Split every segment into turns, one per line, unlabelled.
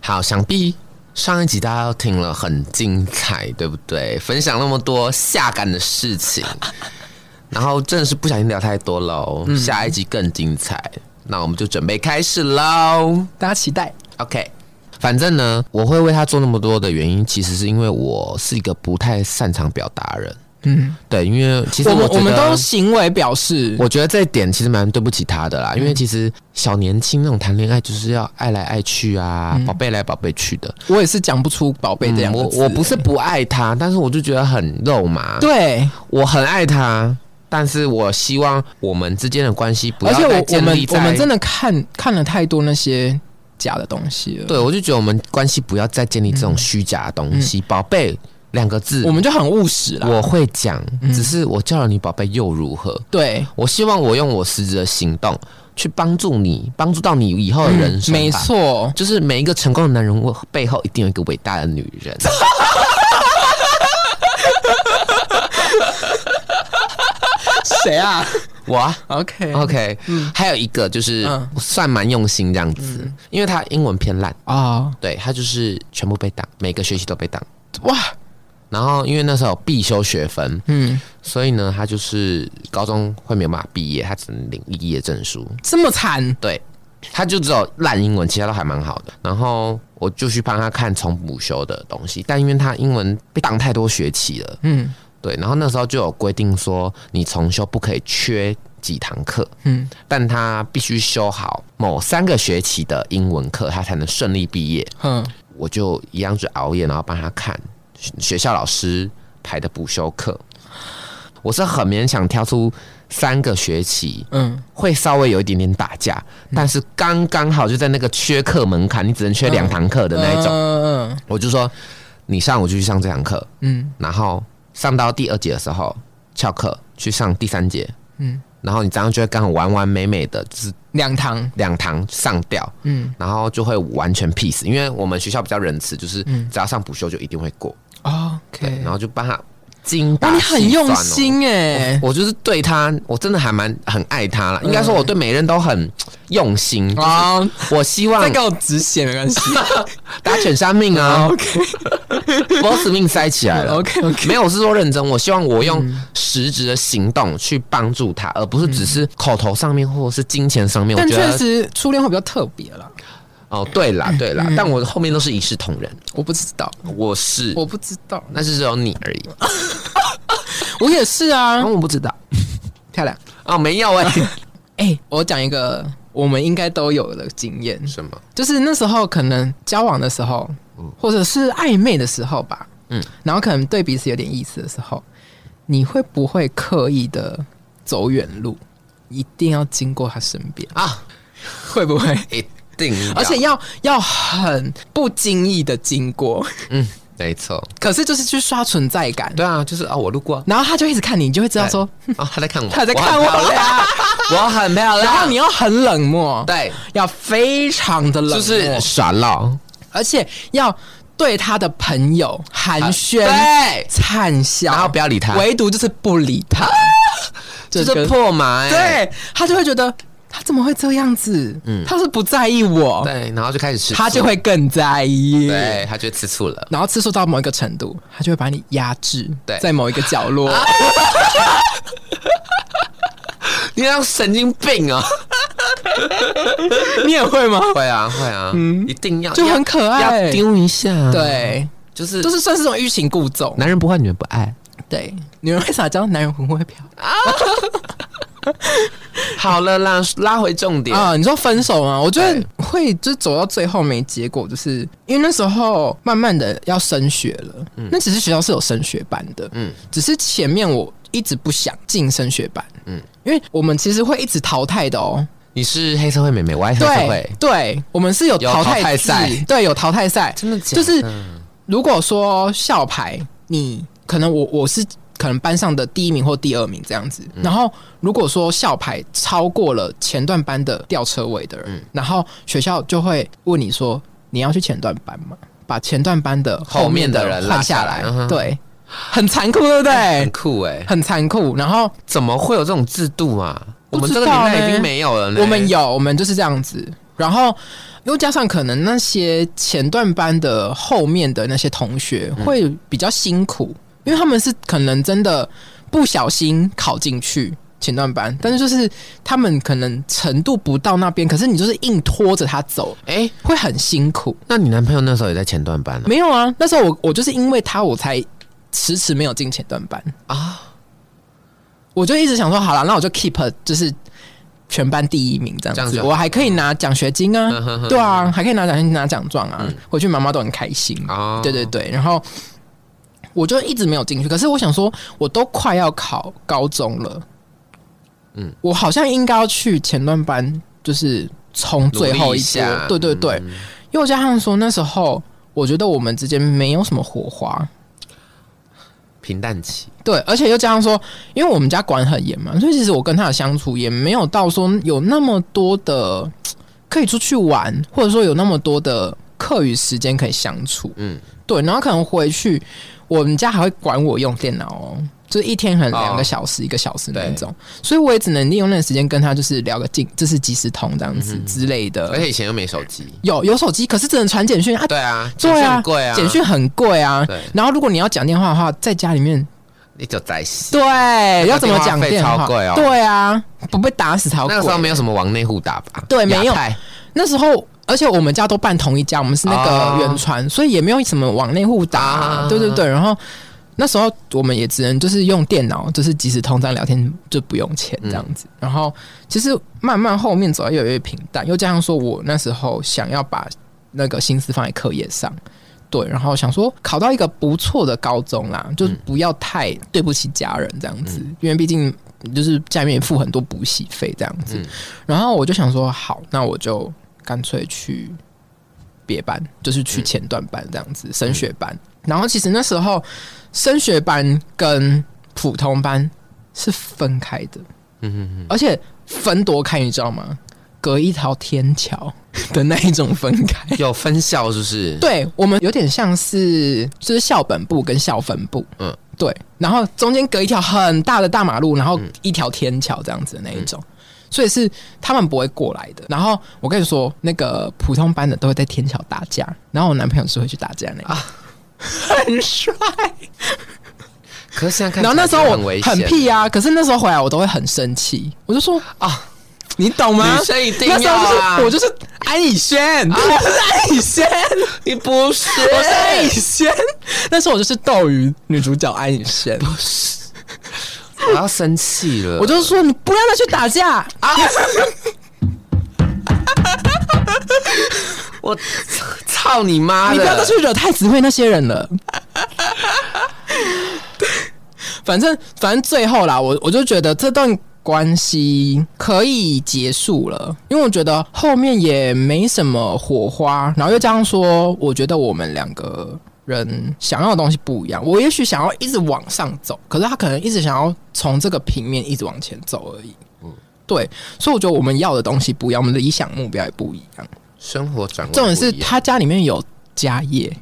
好，想必上一集大家都听了很精彩，对不对？分享那么多下感的事情，然后真的是不小心聊太多喽。下一集更精彩，那我们就准备开始喽。
大家期待。
OK，反正呢，我会为他做那么多的原因，其实是因为我是一个不太擅长表达人。嗯，对，因为其实
我们
觉
我们
得
都行为表示，
我觉得这一点其实蛮对不起他的啦，因为其实小年轻那种谈恋爱就是要爱来爱去
嗯
啊，宝贝来宝贝去的。
我也是讲不出“宝贝”这样、
嗯我我不是不爱他，但是我就觉得很肉麻。，
对，
我很爱他，但是我希望我们之间的关系不
而且
要再
我我
建
们
立
我
在
们真的看看了太多那些假的东西了，
对，我就觉得我们关系不要再建立这种虚假的东西。宝贝、两个字
嗯我，们就嗯很务实啦。
我会讲，只是我叫了你宝贝又如何？
对，
我希望我用我实质的行动去帮助你，帮助到你以后的人生吧、
嗯没错，
就是每一个成功的男人背后一定有一个伟大的女 人。
谁啊
我啊
？OK
OK，、还有一个就是、
嗯
算蛮用心这样子，因为他英文偏烂，
啊，
对他就是全部被挡，每个学期都被挡。
哇，
然后因为那时候有必修学分，
嗯，
所以呢，他就是高中会没有办法毕业，他只能领肄业证书。
这么惨，
对，他就只有烂英文，其他都还蛮好的。然后我就去帮他看重补修的东西，但因为他英文被挡太多学期了，
嗯
对，然后那时候就有规定说，你重修不可以缺几堂课，
嗯，
但他必须修好某三个学期的英文课，他才能顺利毕业。
哼，
我就一样去熬夜，然后帮他看学学校老师排的补修课。我是很勉强挑出三个学期，
嗯，
会稍微有一点点打架，但是刚刚好就在那个缺课门槛，你只能缺两堂课的那一种。
嗯嗯
我就说，你上午就去上这堂课，
嗯，
然后上到第二节的时候翘课去上第三节，嗯
嗯，
然后你这样就会刚好完完美美的，就是
两堂，
两堂上掉，
嗯，
然后就会完全 peace，因为我们学校比较仁慈，就是只要上补修就一定会过，
哦
对，
OK，
然后就帮他精打
哇，你很
细算
用
哦。
心哎，
我就是对他，我真的还蛮很爱他
嗯
了。应该说，我对每人都很用心。
啊，
我希望
再给我止血没关系
打犬山命 啊，
，OK
脖子命塞起来了。
OK OK，
没有，我是说认真。我希望我用
嗯
实质的行动去帮助他，而不是只是口头上面或者是金钱上面。我
嗯但
觉
确
得
实初恋会比较特别啦，
哦，对啦，对
嗯
啦，但我后面都是一视同仁，
我不知道，
我是，
我不知道，
那是只有你而已。
我也是啊
然，哦后我不知道
漂亮。
哦，没 有哎、
哎、我讲一个我们应该都有的经验，
什么？
就是那时候可能交往的时候，或者是暧昧的时候吧，
嗯
嗯，然后可能对彼此有点意思的时候，你会不会刻意的走远路？一定要经过他身边，
啊，
会不会？
一定要，
而且要要很不经意的经过，
嗯，没错，
可是就是去刷存在感，
对啊，就是啊、我路过啊、
然后他就一直看你，你就会知道说
哦，他在看我，
他在看
我很漂
我，
亮， 我很漂亮，
然后你又很冷漠，
对，
要非常的冷漠，
就是耍闹，
而且要对他的朋友寒暄、
对，
灿笑，
哎然后不要理他，
唯独就是不理他，
就
这
是
个哎
破马、欸，
对他就会觉得他怎么会这样子？嗯，他是不在意我，
对，然后就开始吃醋，
他就会更在意。
对，他就会吃醋了。
然后次数到某一个程度，他就会把你压制
对
在某一个角 落。
你那神经病啊！
你也会吗？
会啊，会啊，一定要
就很可爱
要要丢一下，，
对，
就是
就是算是这种欲擒故纵。
男人不坏，女人不爱，
对，女人会撒娇，男人魂会飘
好了啦，拉回重点，
啊！你说分手吗？我觉得
对
会就是走到最后没结果，就是因为那时候慢慢的要升学了，那其实学校是有升学班的，
嗯
嗯，只是前面我一直不想进升学班，嗯，因为我们其实会一直淘汰的 哦，
你是黑社会妹妹，我爱黑社
对
会，
对，我们是有
有
淘
淘汰
汰
赛
制，对，有淘汰赛，
真的假的？
就是如果说校牌，你可能我我是可能班上的第一名或第二名这样子，
嗯
然后如果说校牌超过了前段班的吊车尾的人，
嗯
然后学校就会问你说你要去前段班吗？把前段班的
后面
面
的
的
人拉
拉
下
下
来
来，
嗯哼
对，很残酷，
很
对不 对？
酷哎，
很残酷。然后
怎么会有这种制度啊？我
不
们
知
这
道
个年代已
呢
经没有了呢，
我们有，我们就是这样子。然后又加上可能那些前段班的后面的那些同学
嗯
会比较辛苦，因为他们是可能真的不小心考进去前段班，但是就是他们可能程度不到那边，可是你就是硬拖着他走，
哎、
会很辛苦。
那你男朋友那时候也在前段班啊？
没有啊，那时候我我就是因为他我才迟迟没有进前段班
啊
啊，我就一直想说好了，那我就 keep 就是全班第一名这样
这样
子，
就好
我还可以拿奖学金啊，
嗯哼哼
对啊，还可以拿奖学金拿奖状啊，回去妈妈都很开心
哦
对对对，然后我就一直没有进去，可是我想说，我都快要考高中了，嗯，我好像应该要去前段班，就是冲最后
一
波
下，，
对对对，
嗯
又加上说那时候，我觉得我们之间没有什么火花，
平淡期。
对，而且又加上说，因为我们家管很严嘛，所以其实我跟他的相处也没有到说有那么多的可以出去玩，或者说有那么多的课余时间可以相处。
嗯，
对，然后可能回去，我们家还会管我用电脑哦，就是一天可能
哦
两个小时、一个小时那种，所以我也只能利用那个时间跟他就是聊个近，就是即时通这样子之类的。
嗯而且以前又没手机。
有有手机，可是只能传简讯啊，
对啊，
对
简讯
啊
很贵啊，
简讯很贵啊
对。
然后如果你要讲电话的话，在家里面
你就在洗。
对要怎么讲
电
电
话费超
话？
贵哦
对啊，不被打死才
那
贵。
个时候没有什么往内互打吧？
对没有
亚太
那时候而且我们家都办同一家，我们是那
哦
个原传，所以也没有什么往内互打、
啊
对对对，然后。那时候我们也只能就是用电脑，就是即时通这样聊天就不用钱这样子。然后其实慢慢后面走到越来越平淡，又加上说我那时候想要把那个心思放在课业上，对，然后想说考到一个不错的高中啦，就是不要太对不起家人这样子，因为毕竟就是家里面也付很多补习费这样子。
嗯
然后我就想说，好，那我就干脆去别班，就是去前段班这样子升学班。然后其实那时候升学班跟普通班是分开的，
嗯嗯嗯，
而且分多开，你知道吗？隔一条天桥 的那一种分开。
有分校是不是？
对我们有点像是就是校本部跟校分部，
嗯
嗯，对，然后中间隔一条很大的大马路，然后一条天桥这样子的那一种，所以是他们不会过来的。然后我跟你说，那个普通班的都会在天桥打架，然后我男朋友是会去打架那个。啊很帅，
可是现在看
然
起来
后那时候我
很危险
很屁啊，可是那时候回来我都会很生气，我就说
啊，
你懂吗？
女生一定
那时候就是、
要啊
我就是安以轩， 我就是安以轩，
你不是，
啊我是安以轩，那时候我就是斗鱼女主角安以轩，
我要生气了。
我就说你不要再去打架啊！
我操你妈的！
你不要再去惹太子会那些人 了。反正反正最后啦，我我就觉得这段关系可以结束了，因为我觉得后面也没什么火花，然后又加上说，我觉得我们两个人想要的东西不一样。我也许想要一直往上走，可是他可能一直想要从这个平面一直往前走而已。
嗯
对，所以我觉得我们要的东西不一样，我们的理想目标也不一样。
生活转弯
重点是
不一样，
他家里面有家业，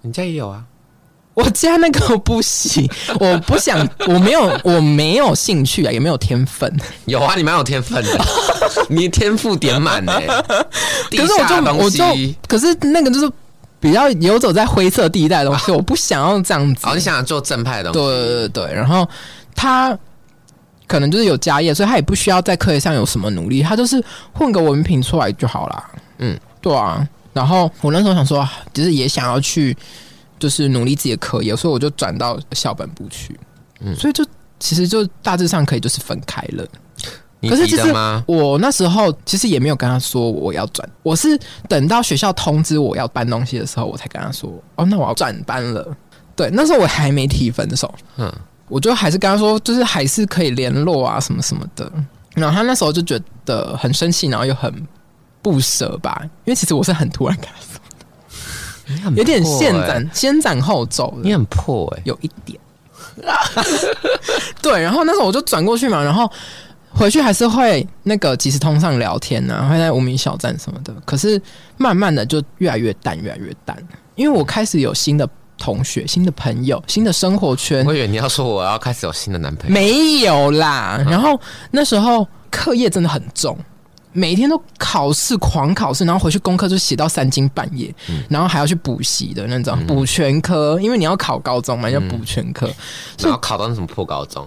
你家也有啊？
我家那个 不行，我不想，我没有，我没有兴趣啊，也没有天分。
有啊，你蛮有天分 的，你天赋点满呢、地
可是我
下的
就
东
我就
西，，
可是那个就是比较游走在灰色地带的东西，我不想要这样子。
哦，你想做正派的东西，
对对对，然后他可能就是有家业，所以他也不需要在课业上有什么努力，他就是混个文凭出来就好啦。
嗯
嗯，对啊。然后我那时候想说，就是也想要去，就是努力自己的课业，所以我就转到校本部去。
嗯
嗯，所以就其实就大致上可以就是分开了。
你
可是
急
其
的
实
吗？
我那时候其实也没有跟他说我要转，我是等到学校通知我要搬东西的时候，我才跟他说哦，那我要转班了。对，那时候我还没提分手，
嗯
嗯，我就还是跟他说，就是还是可以联络啊，什么什么的。然后他那时候就觉得很生气，然后又很不舍吧，因为其实我是很突然跟他说，有点先
展，
斩先斩后奏的
欸你很破哎、
有一点。 对，然后那时候我就转过去嘛，然后回去还是会那个即时通上聊天啊，会在无名小站什么的。可是慢慢的就越来越淡，越来越淡，因为我开始有新的同学、新的朋友、新的生活圈
我，以为你要说我要开始有新的男朋友，
嗯没有啦。然后那时候课业真的很重，每天都考试狂考试，然后回去功课就写到三更半夜，然后还要去补习的那种补全科，因为你要考高中嘛，要补全科。
然后考到那什么破高中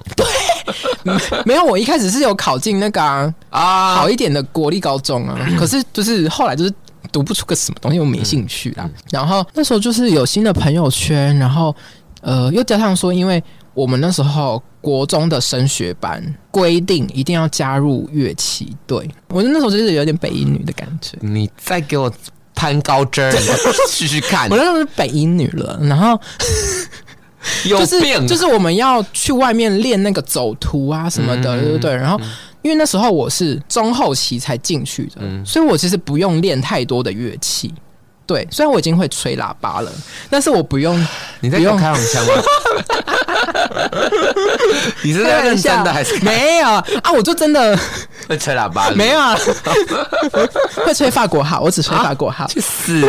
没有，我一开始是有考进那个啊
啊，
好一点的国立高中啊，可是就是后来就是读不出个什么东西，我没兴趣啦。然后那时候就是有新的朋友圈，然后呃，又加上说，因为我们那时候国中的升学班规定一定要加入乐器队，我那时候就是有点北音女的感觉。
你再给我攀高枝 儿，你试试看
我，那时候是北音女了，然后
有
就
病啊
是就是我们要去外面练那个走图啊什么的，
嗯
对不对？然后因为那时候我是中后期才进去的，
嗯
所以我其实不用练太多的乐器。对，虽然我已经会吹喇叭了，但是我不 用
你在
不
给我
用
开黄腔吗？ 你是在认真的还是
没有啊，我就 真的
会吹喇叭？
没有，啊， 会吹法国号，我只吹法国号。
去死！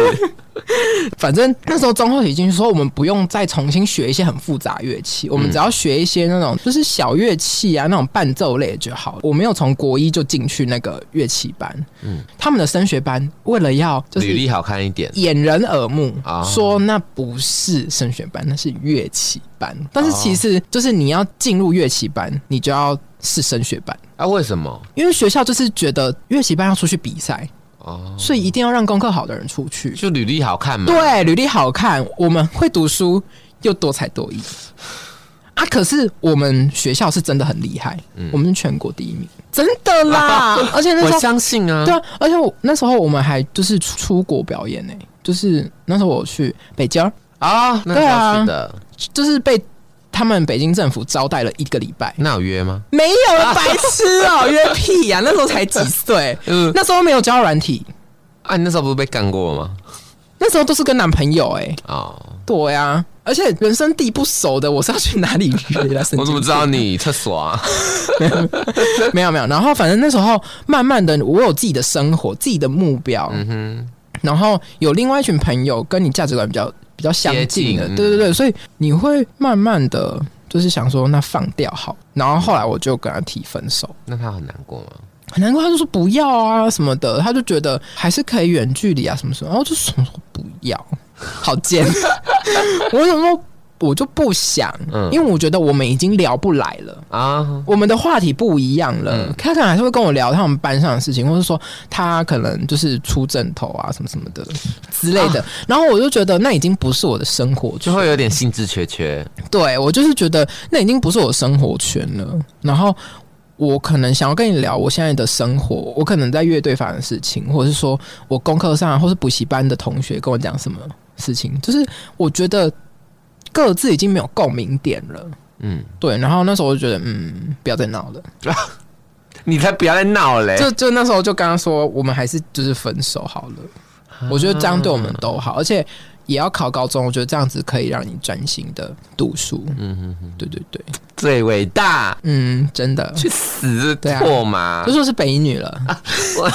反正那时候中后期进去说，我们不用再重新学一些很复杂乐
嗯
器，我们只要学一些那种就是小乐器啊，那种伴奏类就好。我没有从国一就进去那个乐器班，嗯，他们的升学班为了要就是
履历好看一点，
掩人耳目，
啊
说那不是升学班，那是乐器班。但是其实就是你要进入乐器班，你就要是升学班，
啊？为什么？
因为学校就是觉得乐器班要出去比赛，
哦，
所以一定要让功课好的人出去。
就履历好看嘛。
对，履历好看，我们会读书，又多才多艺啊！可是我们学校是真的很厉害，我们是全国第一名，真的啦！而且那时
我
候
相信啊
对。啊，而且我那时候我们还就是出出国表演呢、欸就是那时候我去北京，
啊，那
对啊
倒是的。
就是被他们北京政府招待了一个礼拜。
那有约吗？
没有啊，白痴哦、约屁呀、那时候才几岁，
嗯，
那时候没有交友软体，
啊，你那时候不是被干过吗？
那时候都是跟男朋友哎、
哦，
对啊，而且人生地不熟的，我是要去哪里约啊？神经病
我怎么知道？你厕所啊？
没有没有。然后反正那时候慢慢的，我有自己的生活，自己的目标，
嗯哼，
然后有另外一群朋友跟你价值观比较比较相近的
接，近嗯
对对对，所以你会慢慢的就是想说，那放掉好。然后后来我就跟他提分手。
那他很难过吗？
很难怪他就说不要啊什么的，他就觉得还是可以远距离啊什么什么，然后就什么说不要，好贱。我想说，我就不想，
嗯
因为我觉得我们已经聊不来了。
啊，
我们的话题不一样了，他可能还是会跟我聊他们班上的事情，或者说他可能就是出枕头啊什么什么的之类的。然后我就觉得那已经不是我的生活圈
就，会有点兴致缺缺。
对我就是觉得那已经不是我的生活圈了。然后我可能想要跟你聊我现在的生活，我可能在乐队发生的事情，或者是说我功课上，或是补习班的同学跟我讲什么事情，就是我觉得各自已经没有共鸣点了。
嗯，
对，然后那时候我就觉得，嗯，不要再闹了。
你才不要再闹嘞！
就就那时候就跟他说，我们还是就是分手好了。我觉得这样对我们都好，而且也要考高中，我觉得这样子可以让你专心的读书。
嗯哼哼，
对对对，
最伟大，
嗯，真的，
去死
对啊
错嘛
就！说是北一女
啊
了。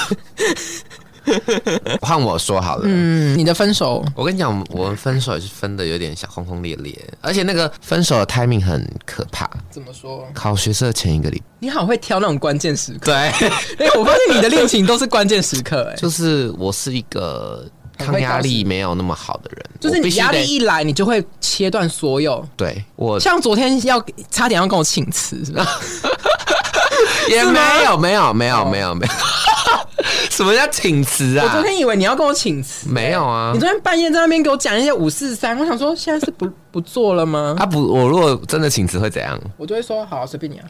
换我说好了。
嗯，你的分手
我跟你讲，我们分手也是分的有点小轰轰烈烈，而且那个分手的 timing 很可怕。
怎么说？
考学社前一个礼
你好会挑那种关键时刻。
拜，对，
哎、我发现你的恋情都是关键时刻、哎，
就是 我是一个抗压力没有那么好的人，
就是
我必
你
须
压
得呃
力一来，你就会切断所有。
对我
像昨天要差点要跟我请 辞，是吧？
也
吗
没有没有没有
哦
没有没有，什么叫请辞
我
啊
昨？天以为你要跟我请辞、哎
没有啊
你昨天半夜在那边给我讲一些五四三，我想说现在是不不做了吗？
他啊不，我如果真的请辞会 怎样？
我就会说好、随便你啊。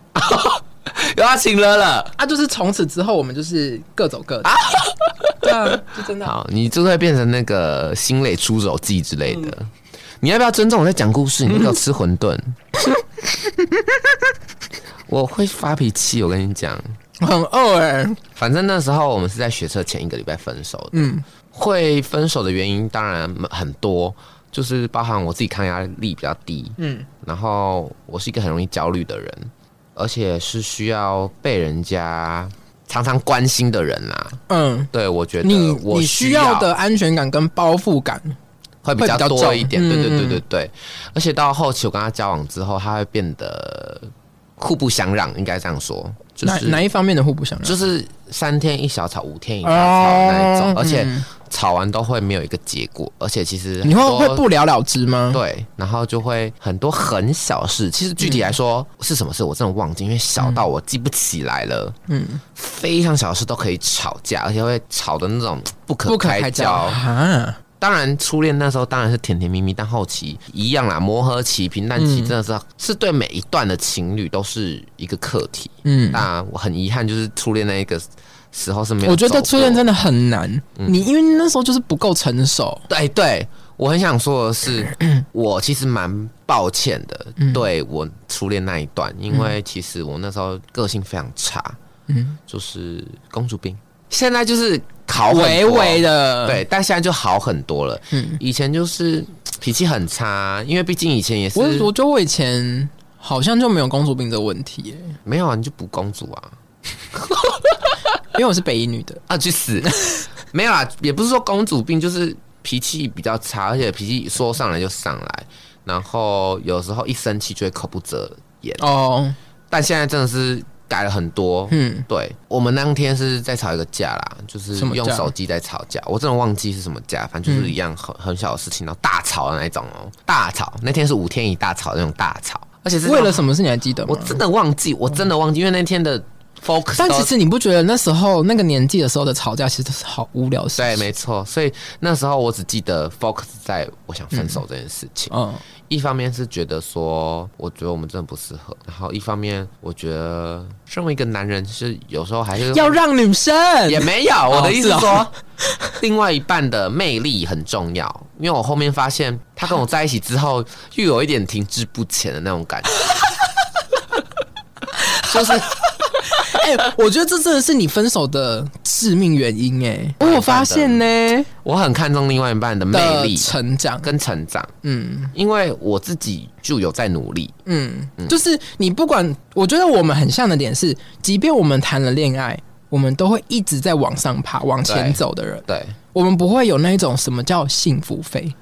有他请了了。
啊，就是从此之后我们就是各走 各的。对啊，就真的啊。
好，你就会变成那个心累出走记之类的。
嗯
你要不要尊重我在讲故事？你要不 要吃馄饨？我会发脾气，我跟你讲。
我很饿哎、
反正那时候我们是在学车前一个礼拜分手的。
嗯
会分手的原因当然很多，就是包含我自己抗压力比较低，
嗯，
然后我是一个很容易焦虑的人，而且是需要被人家常常关心的人啦、啊
嗯。
对，我觉得
你
我
你需要的安全感跟包袱感，
会比较
会比较
多
重
一点，对对对
嗯
对对。而且到后期我跟他交往之后，他会变得互不相让，应该这样说，就
哪
是
哪一方面的互不相让？
就是三天一小吵，五天一大吵那一种，
哦
而且
嗯
吵完都会没有一个结果，而且其实
你
很多
会会不了了之吗？
对，然后就会很多很小事，其实具体来说、是什么事我真的忘记，因为小到我记不起来了。嗯，非常小的事都可以吵架，而且会吵的那种不可
不可
开
开交
交。
啊！
当然，初恋那时候当然是甜甜蜜蜜，但后期一样啦，磨合期、平淡
嗯
期真的是、是对每一段的情侣都是一个课题。
嗯，
那我很遗憾，就是初恋那一个时候是没有。嗯
我觉得初恋。真的很难，你因为那时候就是不够成熟。
对哎对，我很想说的 是，我其实蛮抱歉的，
嗯
对我初恋那一段，因为其实我那时候个性非常差，
嗯，
就是公主病。现在就是好很
微
多
微的，，
对，但现在就好很多了。
嗯
以前就是脾气很差，因为毕竟以前也是
我我觉得我以前好像就没有公主病这个问题耶、
没有啊，你就不公主啊
因为我是北 一女的，
啊去死！没有啊，也不是说公主病，就是脾气比较差，而且脾气说上来就上来，然后有时候一生气就会口不择言。
哦，
但现在真的是改了很多。
嗯，
对我们那天是在吵一个架啦，就是
什么架嗯
用手机在吵架，我真的忘记是什么架，反正就是一样很很小的事情，然后大吵的那一种哦、大吵。那天是五天一大吵的那种大吵，而且是那种
为了什么事你还记得吗
我？真的忘记，我真的忘记，因为那天的 focus
但
都
其实你不觉得那时候那个年纪的时候的吵架其实都是好无聊的事
对，
情？
没错，所以那时候我只记得 focus 在我想分手这件事情。
嗯，
一方面是觉得说，我觉得我们真的不适合，然后一方面我觉得身为一个男人，是有时候还是
要让女生
也没有，我的意思
是
是
哦
说，另外一半的魅力很重要，因为我后面发现他跟我在一起之后，又有一点停滞不前的那种感觉。就是
哎、我觉得这真的是你分手的致命原因哎、我有发现呢、
我很看重另外一半的魅
的
力
成长，
跟成长，
嗯
因为我自己就有在努力。
嗯，就是你不管，我觉得我们很像的点是，即便我们谈了恋爱，我们都会一直在往上爬、往前
对
走的人，
对
我们不会有那一种什么叫幸福费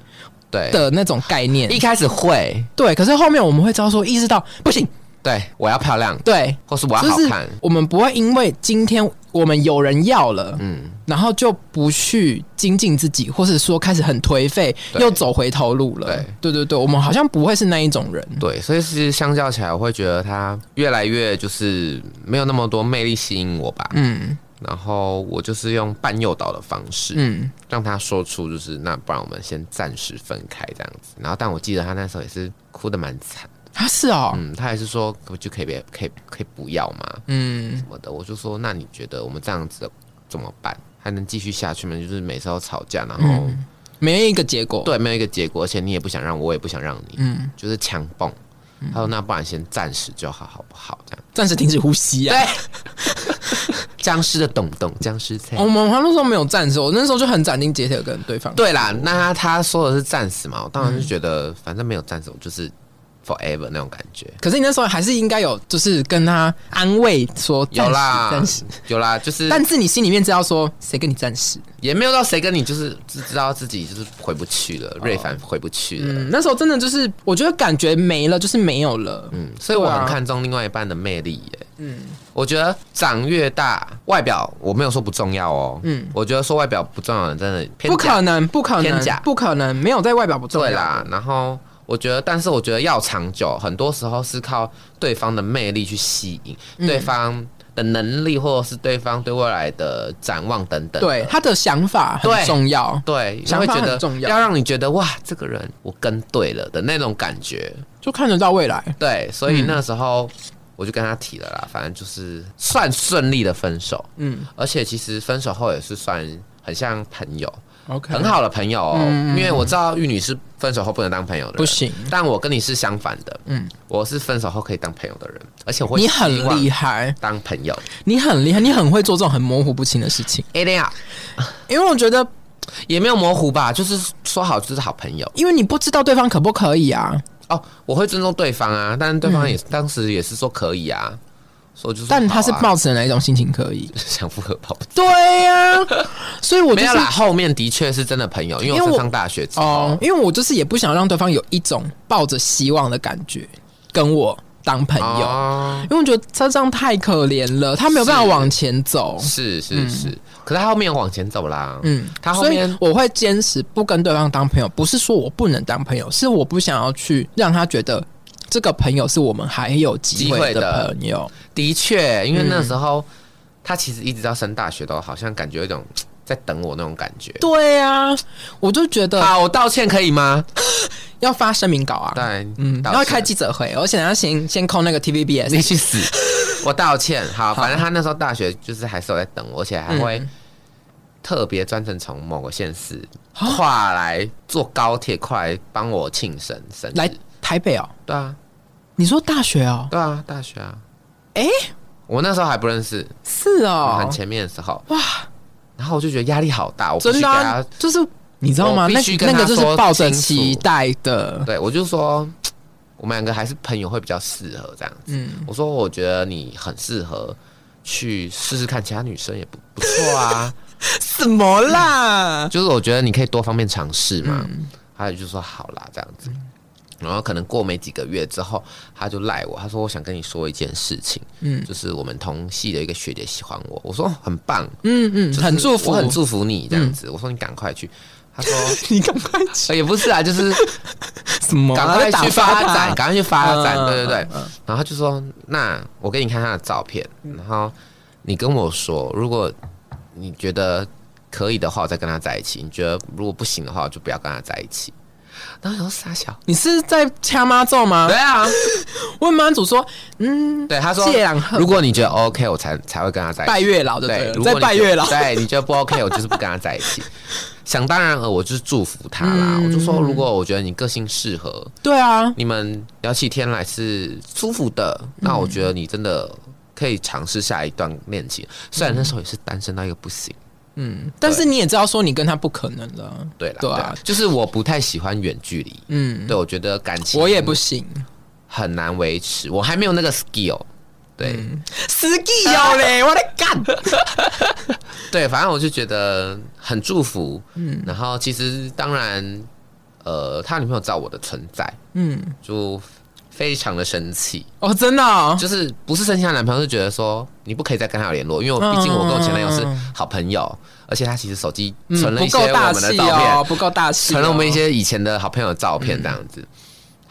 对，
的那种概念
一。开始会，
对，可是后面我们会知道说，意识到不行，
对我要漂亮，
对，
或是我要
就
好
是
看，
我们不会因为今天我们有人要了，
嗯，
然后就不去精进自己，或是说开始很颓废，
对
又走回头路了。对对对，我们好像不会是那一种人。
对，所以其实相较起来，我会觉得他越来越就是没有那么多魅力吸引我吧。
嗯
然后我就是用半诱导的方式，
嗯，
让他说出就是那不然我们先暂时分开这样子。然后但我记得他那时候也是哭的蛮惨，
啊是哦，
嗯，他还是说可不就可以别可以可以不要吗？
嗯
什么的，我就说那你觉得我们这样子怎么办？还能继续下去吗？就是每次都吵架，然后、
嗯没有一个结果。，
对没有一个结果，而且你也不想让我，我也不想让你，
嗯，
就是强蹦。他说：“那不然先暂时就好，好不好？”这样
暂时停止呼吸啊。
僵尸的懂懂，僵尸菜。
我们那时候没有暂时，我那时候就很斩钉截铁地跟对方。
对啦，那他他说的是暂时嘛，我当然是觉得反正没有暂时，我就是 forever 那种感觉。
可是你那时候还是应该有，就是跟他安慰说
有
暂时
啦
暂时，
有啦，就是
但是你心里面知道说谁跟你暂时。
也没有到谁跟你就是知知道自己就是回不去了，瑞凡回不去了。
嗯，那时候真的就是，我觉得感觉没了，就是没有了。
嗯，所以我
对啊
很看重另外一半的魅力耶。嗯，我觉得长越大，外表我没有说不重要哦。嗯
嗯，
我觉得说外表不重要的人真的偏
不
假
可能，不可
偏
能
假，
不可能，没有在外表不重要。
对啦，然后我觉得，但是我觉得要长久，很多时候是靠对方的魅力去吸引、
嗯
对方的能力，或者是对方对未来的展望等等的。
对他的想法
对
很重要，
对，
想
会
法
觉
很
得
重要
要让你觉得哇，这个人我跟对了的那种感觉。
就看得到未来。
对，所以那时候我就跟他提了啦，反正就是算顺利的分手，
嗯
而且其实分手后也是算很像朋友，
，OK，
很，好的朋友哦。
嗯
因为我知道玉女是分手后不能当朋友的人，
不行，
但我跟你是相反的，嗯
嗯，
我是分手后可以当朋友的人，而且我会
你很
希望
厉害，
当朋友，
你很厉害，你很会做这种很模糊不清的事情。
一定要
因为我觉得，
啊也没有模糊吧，就是说好就是好朋友
因为你不知道对方可不可以啊，
哦，我会尊重对方啊，但是对方也、当时也是说可以啊，所以我就说
嗯但他是
好啊？
抱持哪一种心情可以
想复合吧，不
对呀、所以我就
没有
是
啦，哦后面的确是真的朋友，因为
因为
我
我哦
上大学之后，
哦，因为我就是也不想让对方有一种抱着希望的感觉跟我当朋友，
哦
因为我觉得他这样太可怜了，他没有办法
是
往前走。
是是是，可是他后面往前走啦，嗯
嗯，
他后
所以
面
我会坚持不跟对方当朋友，不是说我不能当朋友，是我不想要去让他觉得这个朋友是我们还有机
机会
会
的
的朋友。
的确，因为
嗯
那时候、他其实一直到升大学都好像感觉有一种嘖在等我那种感觉。
对啊，我就觉得
好，我道歉可以吗？
要发声明稿啊，
对，
嗯，
道
然后
歉
开记者会，我想要先先扣那个 TVBS，
你去死！我道歉。好，反正他那时候大学就是还是有在等啊我，而且 还会
嗯
特别专程从某个县市
啊
跨来坐高铁，跨来帮我庆生生日。
来台北哦。
对啊，
你说大学哦？
对啊，大学啊。
诶
我那时候还不认识，
是
很
哦，
前面的时候，
哇，
然后我就觉得压力好大，我必须
真
给
的
他
啊，就是你知道
我
吗？
必
那
须跟
那
他
个就是
说
抱着
清楚
期待 的，
对，我就说我们两个还是朋友会比较适合这样子。
嗯，
我说我觉得你很适合去试试看，其他女生也不不错 啊。
什么啦？
就是我觉得你可以多方面尝试嘛。
嗯
他就说好啦，这样子。然后可能过没几个月之后，他就赖我，他说我想跟你说一件事情，嗯，就是我们同系的一个学姐喜欢我，我说哦很棒，
嗯嗯，
就是
很祝福，嗯
我很祝福你这样子。我说你赶快去，他说、
你赶快去
呃也不是啊， 就是
什么啊？
赶快
打
去发展，赶快去发展，
嗯
对对对
嗯嗯。
然后他就说：“那我给你看他的照片，然后你跟我说，如果你觉得可以的话，我再跟他在一起；你觉得如果不行的话，我就不要跟他在一起。”然后我说傻小，
你是在掐妈咒吗
对？啊，
问妈祖说，嗯，
对他说
借两，盒
如果你觉得 OK，我才才会跟他在一
拜
起。
月老就
对
对，
如果
了，在
你
拜
觉得
月老。
对，你觉得不 OK，我就是不跟他在一起。想当然呃了，我就是祝福他啦。
嗯
我就说，如果我觉得你个性适合，
对啊，
你们聊起天来是舒服的，
嗯
那我觉得你真的可以尝试下一段恋情。虽然那时候也是单身到一个不行，
嗯，但是你也知道说你跟他不可能了，
对啦，
对啊
啦就是我不太喜欢远距离，
嗯，
对我觉得感情
我也不行，
很难维持，我还没有那个 skill。对、哦
嗯死地妖嘞，我在干。
对，反正我就觉得很祝福。嗯，然后其实当然，呃，他女朋友知道我的存在，
嗯，
就非常的生气。
哦，真的哦，
就是不是生气她男朋友，是觉得说你不可以再跟他有联络，因为我
嗯
毕竟我跟我前男友是
嗯
好朋友，而且他其实手机
嗯
存了
不
一些
够
我
大
们的
气
照片，
哦，不够大气哦，
存了我们一些以前的好朋友的照片这样子，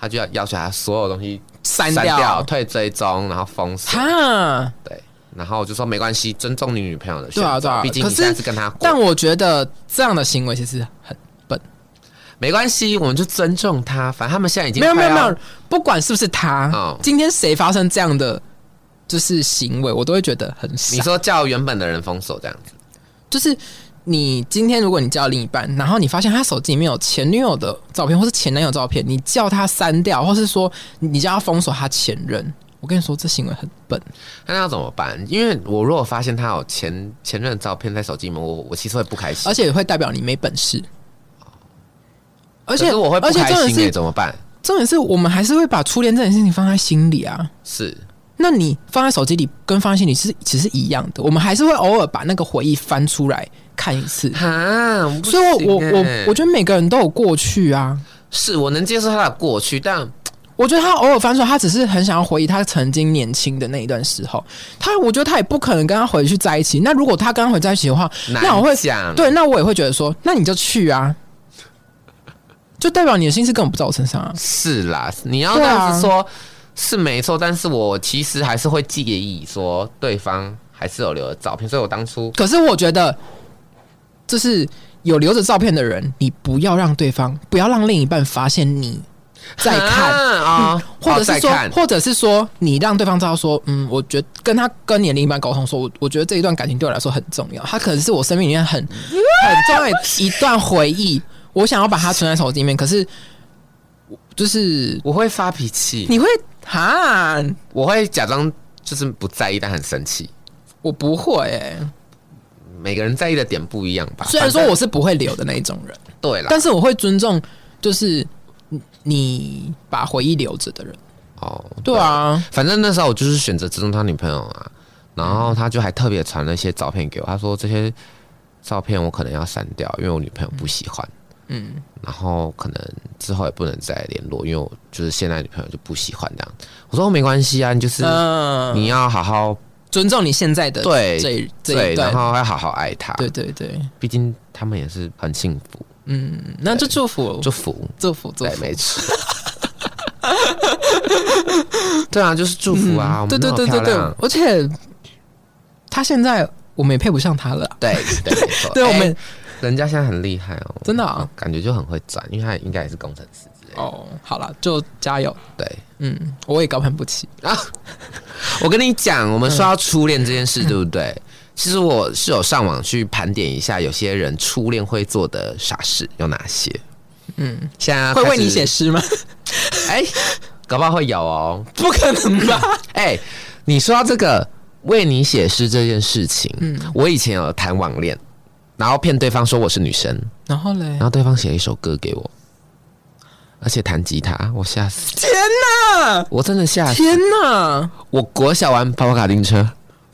他就要要求他所有东西
删
删掉、
掉。
退追踪，然后封锁，
哈，
对。然后我就说没关系，尊重你女朋友的选
对啊
择，
对啊
毕竟你
可是
现在是跟他过
但，我觉得这样的行为其实很笨。
没关系，我们就尊重他。反正他们现在已经
没有没有
快
没
要
有，不管是不是他，
哦
今天谁发生这样的就是行为，我都会觉得很傻
你。说叫原本的人封锁这样子，
就是你今天如果你叫另一半，然后你发现他手机里面有前女友的照片或是前男友照片，你叫他删掉，或是说你叫他封锁他前任，我跟你说这行为很 笨。
那要怎么办？因为我如果发现他有前前任的照片在手机里面，我我其实会不开心。
而且会代表你没本事。
可
而且
是我会不
而且
开
重
心欸耶
点是，
怎么办？
重点是我们还是会把初恋这件事情放在心里啊。
是
那你放在手机里跟放在心里是其实一样的，我们还是会偶尔把那个回忆翻出来看一次。
哈，不
所以我，
行欸
我我
耶
我觉得每个人都有过去啊。
是我能接受他的过去，但
我觉得他偶尔翻出来，他只是很想要回忆他曾经年轻的那一段时候。他，我觉得他也不可能跟他回去在一起。那如果他跟他回在一起的话，
难
那我会
讲。
对，那我也会觉得说，那你就去啊，就代表你的心思根本不在我身上啊。
是啦，你要这
对啊
样子说，是没错，但是我其实还是会介意说对方还是有留的照片，所以我当初
可是我觉得，就是有留着照片的人，你不要让对方，不要让另一半发现你在看，嗯
啊，哦
或者
哦再
是说
看，
或者是说，你让对方知道说，嗯，我觉得跟他跟你的另一半沟通说，我我觉得这一段感情对我来说很重要，它可能是我生命里 面很很重要的一段回忆，我想要把它存在手机里面，可是就是
我会发脾气，
你会哈，
我会假装就是不在意，但很生气。
我不会、欸，
每个人在意的点不一样吧？
虽然说
啊反正
我是不会留的那一种人，
对了，
但是我会尊重，就是你你把回忆留着的人。
哦，
对啊，
反正那时候我就是选择尊重他女朋友啊，然后他就还特别传了一些照片给我，他说这些照片我可能要删掉，因为我女朋友不喜欢。
嗯，
然后可能之后也不能再联络，因为我就是现在女朋友就不喜欢这样。我说没关系啊，你就是、
嗯，
你要好好
尊重你现在的
对
这一这
对，
一
然
段，
后啊要好好爱她。
对对对，
毕竟他们也是很幸福，
嗯，那就祝福
祝福。
祝福祝
对，
福，
没 错。对啊，就是祝福啊，我
嗯对
们
对
那么
对
漂
对对
亮，
而且他现在我们也配不上他了啊，。
对对没错
对我们
哎人家现在很厉害哦，
真的啊
感觉就很会转，因为他应该也是工程师之类的。
哦，好了，就加油，
对，
嗯，我也高攀不起，
我跟你讲，我们说到初恋这件事，
嗯
对不对？其实我是有上网去盘点一下，有些人初恋会做的傻事有哪些。
嗯，
现在要
会
开
为你
始
写诗吗？
哎、搞 不好会有哦。
不可能吧？
哎、你说到这个为你写诗这件事情，
嗯
我以前有谈网恋，然后骗对方说我是女生，
然后嘞
然，后对方写了一首歌给我，而且弹吉他，我吓死，
天哪，
我真的吓死。
天哪，
我国小玩跑跑卡丁车，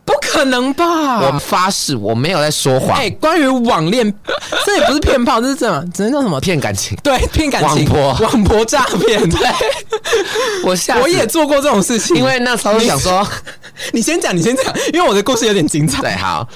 不可能吧？
我发誓我没有在说谎
啊哎、，关于网 恋，这也不是骗炮，这是什么？只能叫什么？
骗感情，
对，骗感情、
网
网婆诈骗。对，
我吓死。
我也做过这种事情。
因为那时候想说，
你先讲，你先讲，因为我的故事有点精彩。
对，好，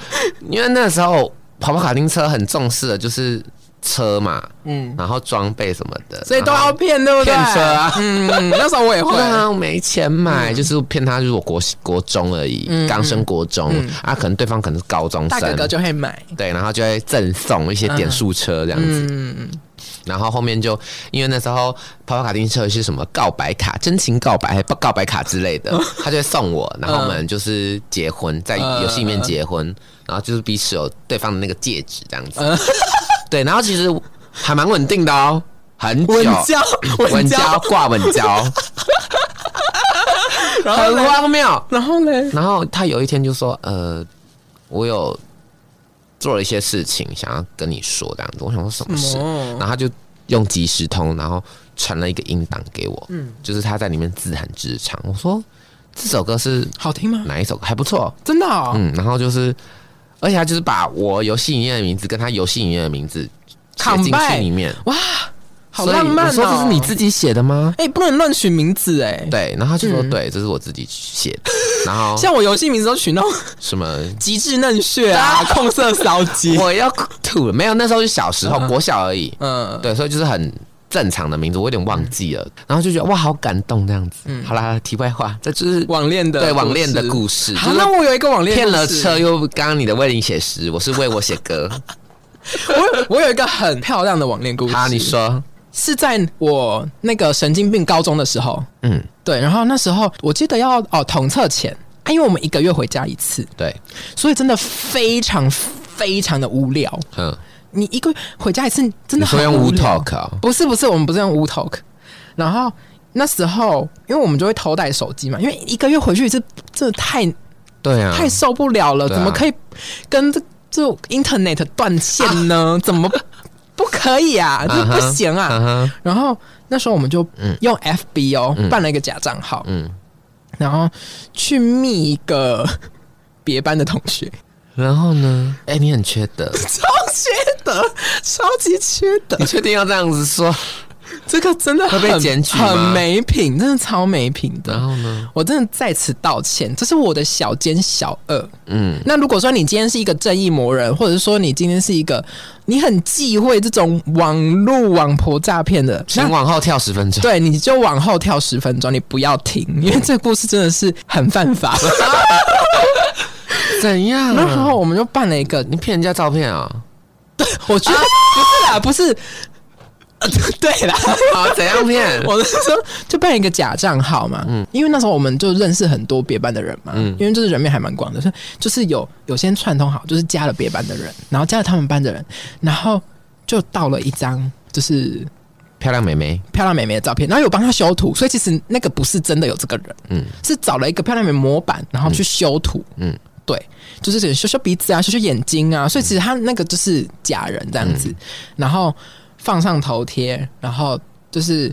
因为那时候跑跑卡丁车很重视的就是车嘛，
嗯，
然后装备什么的，
所以都
然后
要骗，对不对？
骗车啊
嗯，那时候我也会
对。啊，我没钱买，就是骗他，就是我国国中而已
嗯，
刚、升国中、啊，可能对方可能是高中
大哥
生，
哥就会嗯买，
对，然后就会赠送一些点数车这样子，
嗯，
然后后面就因为那时候跑跑卡丁车是什么告白卡、真情告白、不告白卡之类
哦
的，他就会送我，然后我们就是结婚，在游戏里面结婚，然后就是彼此有对方的那个戒指这样子，
嗯
对，然后其实还蛮稳定的哦，很久
稳，交，
稳交
交，
挂稳 交，
然后
很
嘞，
荒谬。
然后嘞，
然后他有一天就说：“呃，我有做了一些事情，想要跟你说这样子。”我想说什么事？然
哦，
后他就用即时通，然后传了一个音档给我，嗯，就是他在里面自弹自唱。我说这首歌是
好听吗？
哪一首歌？还不错，
真的哦，
嗯。然后就是，而且他就是把我游戏里面的名字跟他游戏里面的名字写进去
Combine
里面，
哇，好
所以
浪漫哦。
我说这是你自己写的吗？
哎、不能乱取名字哎、
对，然后他就说、对，这是我自己写的。然后
像我游戏名字都取那种
什么？
极致嫩血 啊、控色骚鸡，
我要吐了，没有，那时候是小时候，国小而已。
嗯，
对，所以就是很正常的名字，我有点忘记了，然后就觉得哇，好感动这样子。好啦，题外话，这就是
网恋嗯的
对网恋的
事。
故事，
好，
就是
那我有一个网恋
骗
故
了
事
车，，又刚刚你的为你写诗，我是为我写歌。
我有我有一个很漂亮的网恋故事。
好，你说，
是在我那个神经病高中的时候，
嗯，
对，然后那时候我记得要哦统测前啊，因为我们一个月回家一次，
对，
所以真的非常非常的无聊。
嗯，
你一个月回家一次，
你
真的很
说用
无
无
聊。
talk 哦
不是不是，我们不是用 w Talk。然后那时候，因为我们就会偷带手机嘛，因为一个月回去一次，真的太、
对啊，
太受不了了，
对啊
怎么可以跟这这 Internet 断线呢？怎么不可以啊？这不行啊！
嗯哼，
然后那时候我们就用 FB 哦、办了一个假账号，
嗯，
然后去密一个别班的同学，
然后呢？哎，你很缺德，
超缺德，超级缺德
你，确定要这样子说？
这个真的
会
很
被检举吗
很没品，啊真的超没品的
然。后呢？
我真的在此道歉，这是我的小奸小恶。
嗯，
那如果说你今天是一个正义魔人，或者说你今天是一个你很忌讳这种网络网婆诈骗的，那
请往后跳十分钟。
对，你就往后跳十分钟，你不要停，因为这故事真的是很犯 法。
怎样
然后我们就办了一个，
你骗人家照片啊？
我觉得、啊不是啦， 不是，呃、对 啦，
啊，怎样骗？
我是说就办一个假账号嘛，嗯，因为那时候我们就认识很多别班的人嘛，嗯，因为就是人面还蛮广的，所以就是有有先串通好，就是加了别班的人，然后加了他们班的人，然后就到了一张就是
漂亮妹妹，
漂亮妹妹的照片，然后有帮她修图，所以其实那个不是真的有这个人，
嗯
是找了一个漂亮妹模板，然后去修图，
嗯
嗯，对，就是这修修鼻子啊，修修眼睛啊，所以其实她那个就是假人这样子，然后放上头贴，然后就是